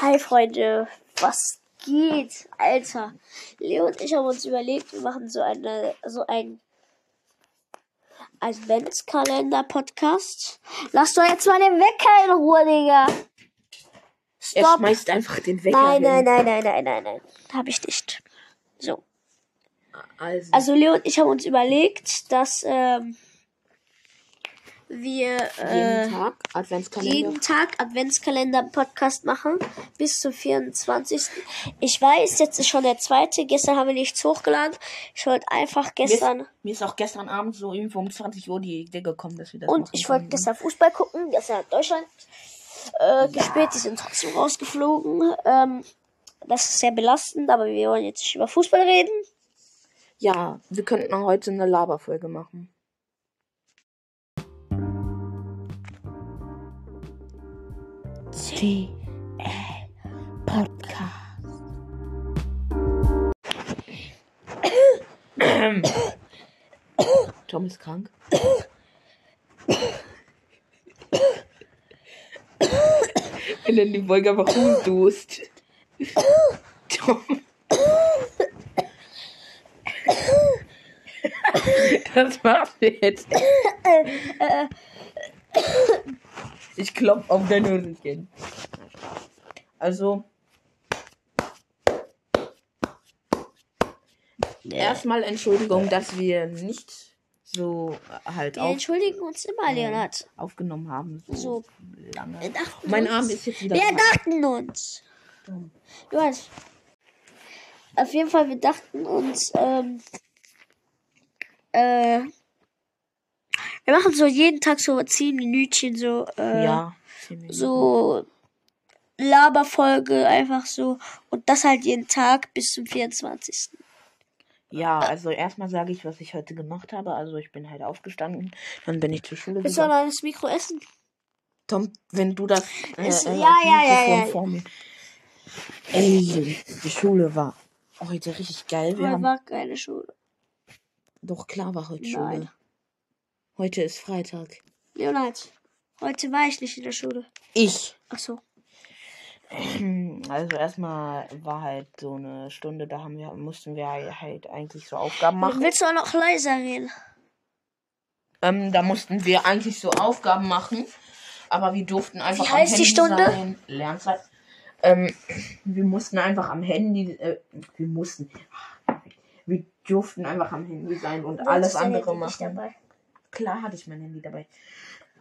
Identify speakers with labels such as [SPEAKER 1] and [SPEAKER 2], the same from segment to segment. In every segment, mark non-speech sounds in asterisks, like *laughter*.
[SPEAKER 1] Hi Freunde, was geht? Alter, Leo und ich haben uns überlegt, wir machen so eine so ein Adventskalender Podcast. Lass doch jetzt mal den Wecker in Ruhe, Digga.
[SPEAKER 2] Er
[SPEAKER 1] Stopp.
[SPEAKER 2] schmeißt einfach den Wecker
[SPEAKER 1] Nein, nein,
[SPEAKER 2] hin.
[SPEAKER 1] nein, nein, nein, nein, nein. Hab ich nicht. So.
[SPEAKER 2] Also,
[SPEAKER 1] Also Leo und ich haben uns überlegt, dass ähm, wir äh,
[SPEAKER 2] jeden Tag Adventskalender.
[SPEAKER 1] jeden Tag Adventskalender-Podcast machen. Bis zum 24. Ich weiß, jetzt ist schon der zweite. Gestern haben wir nichts hochgeladen. Ich wollte einfach
[SPEAKER 2] mir, ist,
[SPEAKER 1] gestern.
[SPEAKER 2] mir ist auch gestern Abend so irgendwie um 20 Uhr die Idee gekommen, dass wir das
[SPEAKER 1] Und
[SPEAKER 2] machen
[SPEAKER 1] ich wollte
[SPEAKER 2] können.
[SPEAKER 1] gestern Fußball gucken. Gestern hat Deutschland äh, gespielt. Die sind trotzdem rausgeflogen. Ähm, das ist sehr belastend, aber wir wollen jetzt nicht über Fußball reden.
[SPEAKER 2] Ja, wir könnten auch heute eine Laberfolge machen.
[SPEAKER 1] CL Podcast.
[SPEAKER 2] *coughs* Tom ist krank. Wir nennen die Folge einfach Husdust. Tom. Das war's jetzt. Ich klopf auf dein Hörnchen. Also, erstmal Entschuldigung, dass wir nicht so äh, halt
[SPEAKER 1] Wir
[SPEAKER 2] auf
[SPEAKER 1] entschuldigen uns immer,
[SPEAKER 2] Mhm.
[SPEAKER 1] Leonhard.
[SPEAKER 2] aufgenommen haben.
[SPEAKER 1] So. Wir
[SPEAKER 2] lange.
[SPEAKER 1] dachten
[SPEAKER 2] Mein
[SPEAKER 1] uns-
[SPEAKER 2] Arm ist jetzt wieder.
[SPEAKER 1] Wir
[SPEAKER 2] krank.
[SPEAKER 1] dachten uns. Du hast. Auf jeden Fall, wir dachten uns, ähm, äh, wir machen so jeden Tag so 10 Minütchen, so, äh,
[SPEAKER 2] Ja. zehn Minuten.
[SPEAKER 1] so Laberfolge einfach so. Und das halt jeden Tag bis zum 24.
[SPEAKER 2] Ja,
[SPEAKER 1] äh,
[SPEAKER 2] also erstmal sage ich, was ich heute gemacht habe. Also ich bin halt aufgestanden, dann bin ich zur Schule
[SPEAKER 1] Willst du auch
[SPEAKER 2] gegangen.
[SPEAKER 1] noch das Mikro essen?
[SPEAKER 2] Tom, wenn du das äh,
[SPEAKER 1] Ist-
[SPEAKER 2] äh,
[SPEAKER 1] ja, ja, ja,
[SPEAKER 2] Mikrofon
[SPEAKER 1] ja.
[SPEAKER 2] vor mir. Ey, die Schule war heute richtig geil. Wir
[SPEAKER 1] Weil
[SPEAKER 2] haben
[SPEAKER 1] war keine Schule.
[SPEAKER 2] doch klar war heute
[SPEAKER 1] Nein.
[SPEAKER 2] Schule. Heute ist Freitag.
[SPEAKER 1] Leonard, heute war ich nicht in der Schule.
[SPEAKER 2] Ich.
[SPEAKER 1] Ach so.
[SPEAKER 2] *clears throat* Also erstmal war halt so eine Stunde, da haben wir mussten wir halt eigentlich so Aufgaben machen.
[SPEAKER 1] Willst du auch noch leiser reden?
[SPEAKER 2] Ähm, da mussten wir eigentlich so Aufgaben machen, aber wir durften einfach
[SPEAKER 1] Wie heißt
[SPEAKER 2] am
[SPEAKER 1] die
[SPEAKER 2] Handy
[SPEAKER 1] Stunde?
[SPEAKER 2] sein. Lernzeit. Ähm, wir mussten einfach am Handy, äh, wir mussten, wir durften einfach am Handy sein und
[SPEAKER 1] Willst
[SPEAKER 2] alles
[SPEAKER 1] du
[SPEAKER 2] andere
[SPEAKER 1] denn nicht
[SPEAKER 2] machen.
[SPEAKER 1] dabei?
[SPEAKER 2] Klar hatte ich mein Handy dabei.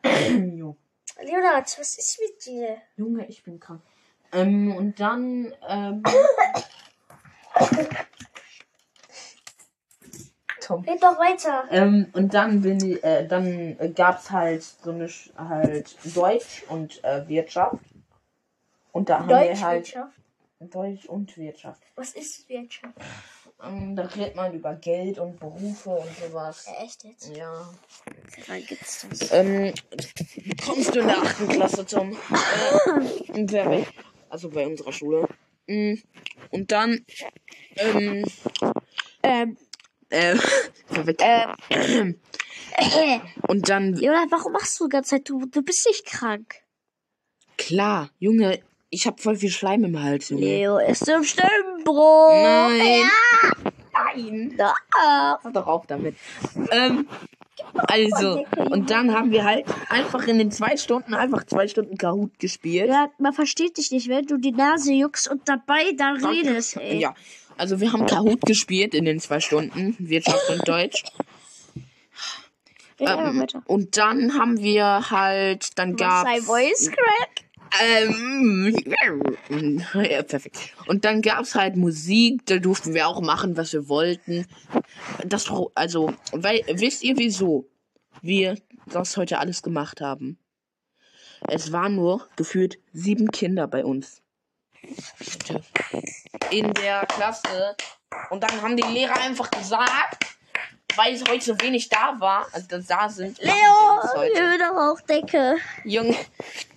[SPEAKER 2] *clears throat* jo.
[SPEAKER 1] Leonard, was ist mit dir?
[SPEAKER 2] Junge, ich bin krank. Ähm, und dann, ähm, Tom.
[SPEAKER 1] Red doch weiter.
[SPEAKER 2] Ähm, und dann bin ich, äh, dann äh, gab's halt so eine Sch- halt Deutsch und äh, Wirtschaft. Und da haben wir halt
[SPEAKER 1] Wirtschaft.
[SPEAKER 2] Deutsch und Wirtschaft.
[SPEAKER 1] Was ist Wirtschaft?
[SPEAKER 2] Ähm, da redet man über Geld und Berufe und sowas.
[SPEAKER 1] Äh, Echt jetzt?
[SPEAKER 2] Ja.
[SPEAKER 1] Wann gibt's das?
[SPEAKER 2] Ähm, kommst du in der 8. Klasse, Tom? Äh, sehr recht. also bei unserer Schule. Mm, Und dann, ähm,
[SPEAKER 1] Ähm,
[SPEAKER 2] äh, *laughs* ähm,
[SPEAKER 1] äh,
[SPEAKER 2] und
[SPEAKER 1] *laughs*
[SPEAKER 2] dann
[SPEAKER 1] Leonard, warum machst du die ganze Zeit? Du, du bist nicht krank.
[SPEAKER 2] Klar, Junge, ich hab voll viel Schleim im Hals, Junge.
[SPEAKER 1] Leo ist im Stimmbruch.
[SPEAKER 2] Nein. Nein.
[SPEAKER 1] Ja. Ah.
[SPEAKER 2] Hör doch auf damit. Ähm, also, und dann haben wir halt einfach in den zwei Stunden, einfach zwei Stunden Kahoot gespielt.
[SPEAKER 1] Ja, man versteht dich nicht, wenn du die Nase juckst und dabei dann redest, ey.
[SPEAKER 2] Ja, also wir haben Kahoot gespielt in den zwei Stunden, Wirtschaft und Deutsch.
[SPEAKER 1] Red einfach
[SPEAKER 2] Ähm,
[SPEAKER 1] weiter.
[SPEAKER 2] und dann haben wir halt, dann
[SPEAKER 1] Was
[SPEAKER 2] gab's...
[SPEAKER 1] sei Voice Crack?
[SPEAKER 2] Ähm, ja, perfekt. Und dann gab's halt Musik, da durften wir auch machen, was wir wollten. Das, Pro- also, weil, wisst ihr wieso wir das heute alles gemacht haben? Es waren nur gefühlt sieben Kinder bei uns. In der Klasse. Und dann haben die Lehrer einfach gesagt, weil es heute so wenig da war, also da sind. machen wir
[SPEAKER 1] Leo,
[SPEAKER 2] das
[SPEAKER 1] ich
[SPEAKER 2] heute.
[SPEAKER 1] will doch auch Decke.
[SPEAKER 2] Junge,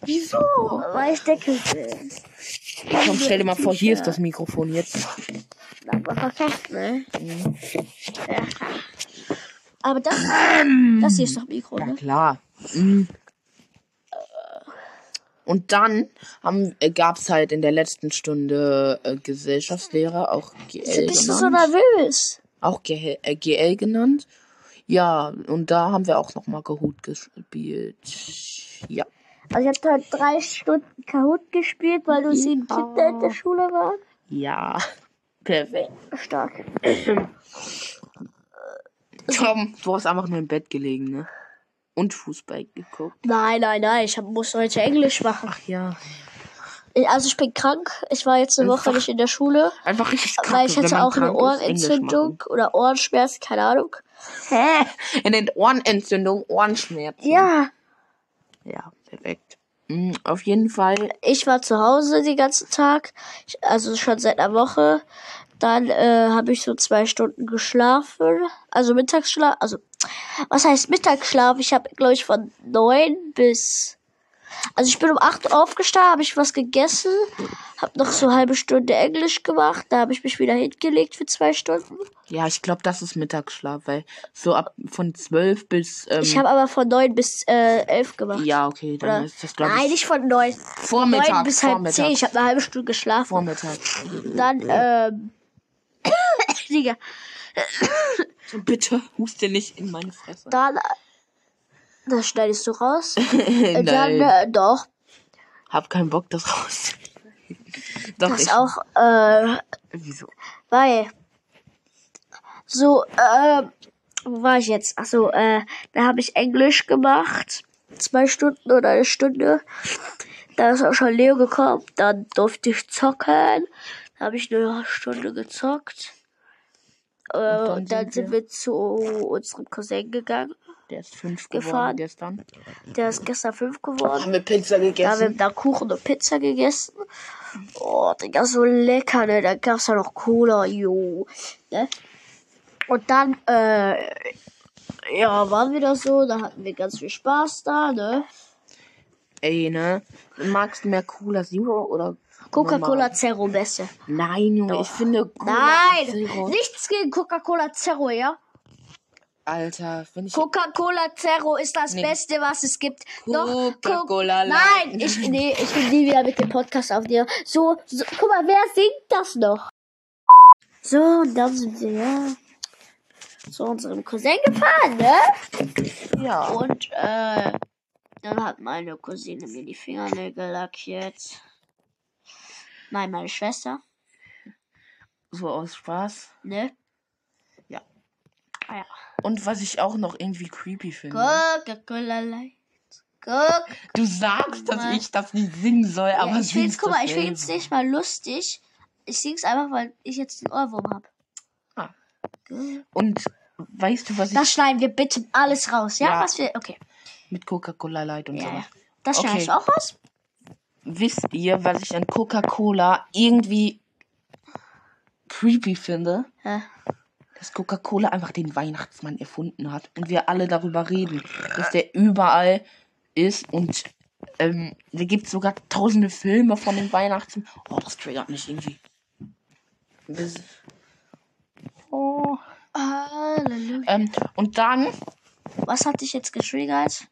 [SPEAKER 2] wieso?
[SPEAKER 1] Weil ich Decke will.
[SPEAKER 2] Komm, stell dir mal vor, hier ist das Mikrofon jetzt.
[SPEAKER 1] Aber verkackt, ne? Ja. Aber das, ne? das hier ist doch Mikro,
[SPEAKER 2] Ja,
[SPEAKER 1] ne?
[SPEAKER 2] klar. Mhm. Und dann haben, äh, gab's halt in der letzten Stunde äh, Gesellschaftslehrer, auch GL
[SPEAKER 1] Bist du so
[SPEAKER 2] genannt.
[SPEAKER 1] nervös?
[SPEAKER 2] Auch GL, äh, GL genannt. Ja, und da haben wir auch nochmal Kahoot gespielt. Ja.
[SPEAKER 1] Also ich habe heute drei Stunden Kahoot gespielt, weil du sieben
[SPEAKER 2] Ja.
[SPEAKER 1] Kinder in der Schule waren.
[SPEAKER 2] Ja. Perfekt.
[SPEAKER 1] Stark.
[SPEAKER 2] Tom, du hast einfach nur im Bett gelegen, ne? Und Fußball geguckt.
[SPEAKER 1] Nein, nein, nein, ich hab, muss heute Englisch machen.
[SPEAKER 2] Ach ja.
[SPEAKER 1] Ich- Also ich bin krank. Ich war jetzt eine Woche
[SPEAKER 2] Einfach-
[SPEAKER 1] nicht in der Schule,
[SPEAKER 2] Einfach richtig kacke,
[SPEAKER 1] weil ich
[SPEAKER 2] wenn
[SPEAKER 1] hatte
[SPEAKER 2] man
[SPEAKER 1] auch eine
[SPEAKER 2] krank ist, Englisch
[SPEAKER 1] Ohrenentzündung oder Ohrenschmerzen, keine Ahnung.
[SPEAKER 2] machen. Hä? In den Ohrenentzündung, Ohrenschmerzen.
[SPEAKER 1] Ja,
[SPEAKER 2] Ja, perfekt. Mm, Auf jeden Fall.
[SPEAKER 1] ich war zu Hause den ganzen Tag, ich- also schon seit einer Woche. Dann äh, habe ich so zwei Stunden geschlafen, also Mittagsschlaf, also was heißt Mittagsschlaf? Ich habe, glaube ich, von neun bis, also ich bin um acht aufgestanden, habe ich was gegessen, habe noch so eine halbe Stunde Englisch gemacht, da habe ich mich wieder hingelegt für zwei Stunden.
[SPEAKER 2] Ja, ich glaube, das ist Mittagsschlaf, weil so ab von 12 bis. Ähm,
[SPEAKER 1] Ich habe aber von 9 bis äh, 11 gemacht.
[SPEAKER 2] ja, okay, dann
[SPEAKER 1] Oder-
[SPEAKER 2] ist das, glaube
[SPEAKER 1] Nein,
[SPEAKER 2] ich,
[SPEAKER 1] nicht von 9.
[SPEAKER 2] Vormittag,
[SPEAKER 1] 9 bis halb
[SPEAKER 2] Vormittag.
[SPEAKER 1] 10. Ich habe eine halbe Stunde geschlafen.
[SPEAKER 2] Vormittag.
[SPEAKER 1] Dann,
[SPEAKER 2] Mhm.
[SPEAKER 1] ähm. *coughs* Digga.
[SPEAKER 2] Also Bitte huste nicht in meine Fresse.
[SPEAKER 1] Dann. äh, Das schneidest du raus.
[SPEAKER 2] *laughs*
[SPEAKER 1] Äh, Dann,
[SPEAKER 2] Nein,
[SPEAKER 1] äh, doch.
[SPEAKER 2] hab keinen Bock, das raus. Doch,
[SPEAKER 1] Das
[SPEAKER 2] ich.
[SPEAKER 1] auch, äh,
[SPEAKER 2] Wieso?
[SPEAKER 1] weil. So, ähm. Wo war ich jetzt? Achso, äh, da habe ich Englisch gemacht. Zwei Stunden oder eine Stunde. Da ist auch schon Leo gekommen. Dann durfte ich zocken. Da habe ich eine Stunde gezockt. Äh,
[SPEAKER 2] dann
[SPEAKER 1] und dann
[SPEAKER 2] sind
[SPEAKER 1] sind wir zu unserem Cousin gegangen.
[SPEAKER 2] Der ist fünf
[SPEAKER 1] Gefahren.
[SPEAKER 2] geworden gestern.
[SPEAKER 1] Der ist gestern fünf geworden.
[SPEAKER 2] Haben wir Pizza
[SPEAKER 1] Da haben wir
[SPEAKER 2] gegessen?
[SPEAKER 1] da Kuchen und Pizza gegessen. Oh, Digga, so lecker, ne? Da gab's ja noch Cola, jo. Ne? Und dann, äh, ja, waren wir da so, da hatten wir ganz viel Spaß da, ne?
[SPEAKER 2] Ey, ne? Magst du mehr Cola Zero oder
[SPEAKER 1] Coca-Cola
[SPEAKER 2] normal?
[SPEAKER 1] Zero Beste.
[SPEAKER 2] Nein, Junge, ich finde Cola
[SPEAKER 1] Nein!
[SPEAKER 2] Zero.
[SPEAKER 1] Nichts gegen Coca-Cola Zero, ja?
[SPEAKER 2] Alter, finde ich.
[SPEAKER 1] Coca-Cola Zero ist das
[SPEAKER 2] Nee.
[SPEAKER 1] Beste, was es gibt. Doch,
[SPEAKER 2] Coca-Cola
[SPEAKER 1] Co-
[SPEAKER 2] Light.
[SPEAKER 1] Nein, ich, nee, ich will nie wieder mit dem Podcast aufnehmen. So, so, guck mal, wer singt das noch? So, und dann sind wir ja zu unserem Cousin gefahren, ne?
[SPEAKER 2] ja.
[SPEAKER 1] Und, äh, dann hat meine Cousine mir die Fingernägel lackiert. Nein, meine Schwester,
[SPEAKER 2] So aus Spaß.
[SPEAKER 1] ne?
[SPEAKER 2] Ja.
[SPEAKER 1] Ah ja.
[SPEAKER 2] Und was ich auch noch irgendwie creepy finde.
[SPEAKER 1] Coca-Cola Light. Coca-Cola.
[SPEAKER 2] Du sagst, dass
[SPEAKER 1] Nein.
[SPEAKER 2] ich das nicht singen soll,
[SPEAKER 1] Ja,
[SPEAKER 2] aber
[SPEAKER 1] ich find's,
[SPEAKER 2] singst
[SPEAKER 1] guck mal,
[SPEAKER 2] das
[SPEAKER 1] ich find's
[SPEAKER 2] selber.
[SPEAKER 1] nicht mal lustig. Ich sing's einfach, weil ich jetzt den Ohrwurm hab.
[SPEAKER 2] Ah. Und weißt du, was
[SPEAKER 1] Das
[SPEAKER 2] ich
[SPEAKER 1] schneiden wir bitte alles raus, ja?
[SPEAKER 2] Ja.
[SPEAKER 1] Was wir, okay.
[SPEAKER 2] mit Coca-Cola Light und
[SPEAKER 1] Ja, ja.
[SPEAKER 2] sowas.
[SPEAKER 1] Das
[SPEAKER 2] Okay.
[SPEAKER 1] schneidest du auch raus?
[SPEAKER 2] Wisst ihr, was ich an Coca-Cola irgendwie creepy finde?
[SPEAKER 1] Ja.
[SPEAKER 2] Dass Coca-Cola einfach den Weihnachtsmann erfunden hat und wir alle darüber reden, dass der überall ist und ähm, da gibt sogar tausende Filme von dem Weihnachtsmann. Oh, das triggert mich irgendwie. Das, oh.
[SPEAKER 1] Halleluja.
[SPEAKER 2] Ähm, und dann
[SPEAKER 1] Was hat dich jetzt getriggert?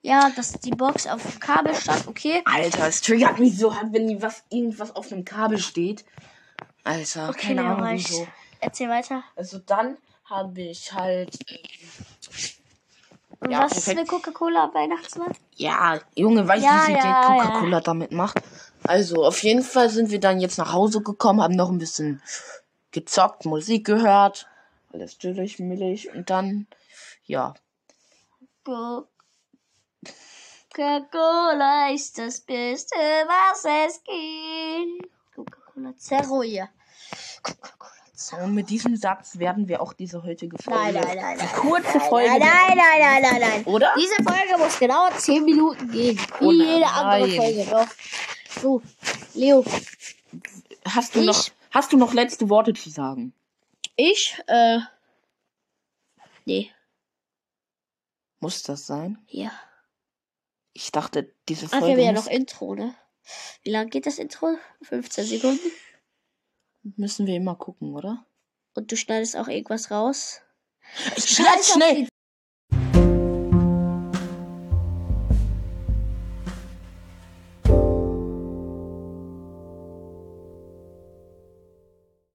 [SPEAKER 1] Ja, dass die Box auf dem Kabel stand, okay.
[SPEAKER 2] Alter, es triggert mich so hart, wenn die was, irgendwas auf einem Kabel steht. Alter,
[SPEAKER 1] Okay,
[SPEAKER 2] keine
[SPEAKER 1] Leo,
[SPEAKER 2] Ahnung
[SPEAKER 1] reicht.
[SPEAKER 2] wieso.
[SPEAKER 1] Erzähl weiter.
[SPEAKER 2] Also dann habe ich halt.
[SPEAKER 1] Und
[SPEAKER 2] Ja,
[SPEAKER 1] was ist
[SPEAKER 2] perfekt.
[SPEAKER 1] eine Coca-Cola am Weihnachtsmann?
[SPEAKER 2] Ja, Junge, weißt
[SPEAKER 1] Ja,
[SPEAKER 2] du, wie viel
[SPEAKER 1] ja,
[SPEAKER 2] Coca-Cola damit macht? Also, auf jeden Fall sind wir dann jetzt nach Hause gekommen, haben noch ein bisschen gezockt, Musik gehört. Alles chillig, millig. Und dann, ja,
[SPEAKER 1] Coca-Cola ist das Beste, was es gibt. Coca-Cola Zero hier. Coca-Cola Zero.
[SPEAKER 2] und mit diesem Satz werden wir auch diese heutige Folge.
[SPEAKER 1] Nein, nein, nein, nein.
[SPEAKER 2] Die kurze
[SPEAKER 1] nein,
[SPEAKER 2] Folge.
[SPEAKER 1] Nein, nein, nein, nein, nein, nein.
[SPEAKER 2] Oder?
[SPEAKER 1] Diese Folge muss genau 10 Minuten gehen. Wie
[SPEAKER 2] Oh nein.
[SPEAKER 1] jede andere Folge. Doch. So, Leo.
[SPEAKER 2] Hast du,
[SPEAKER 1] Ich-
[SPEAKER 2] noch, hast du noch letzte Worte zu sagen?
[SPEAKER 1] Ich, äh. Nee.
[SPEAKER 2] Muss das sein?
[SPEAKER 1] Ja.
[SPEAKER 2] Ich dachte, diese
[SPEAKER 1] Ah,
[SPEAKER 2] Folge.
[SPEAKER 1] wir haben ja
[SPEAKER 2] muss-
[SPEAKER 1] noch Intro, ne? Wie lang geht das Intro? 15 Sekunden.
[SPEAKER 2] Müssen wir immer gucken, oder?
[SPEAKER 1] Und du schneidest auch irgendwas raus.
[SPEAKER 2] Schreib
[SPEAKER 1] auf die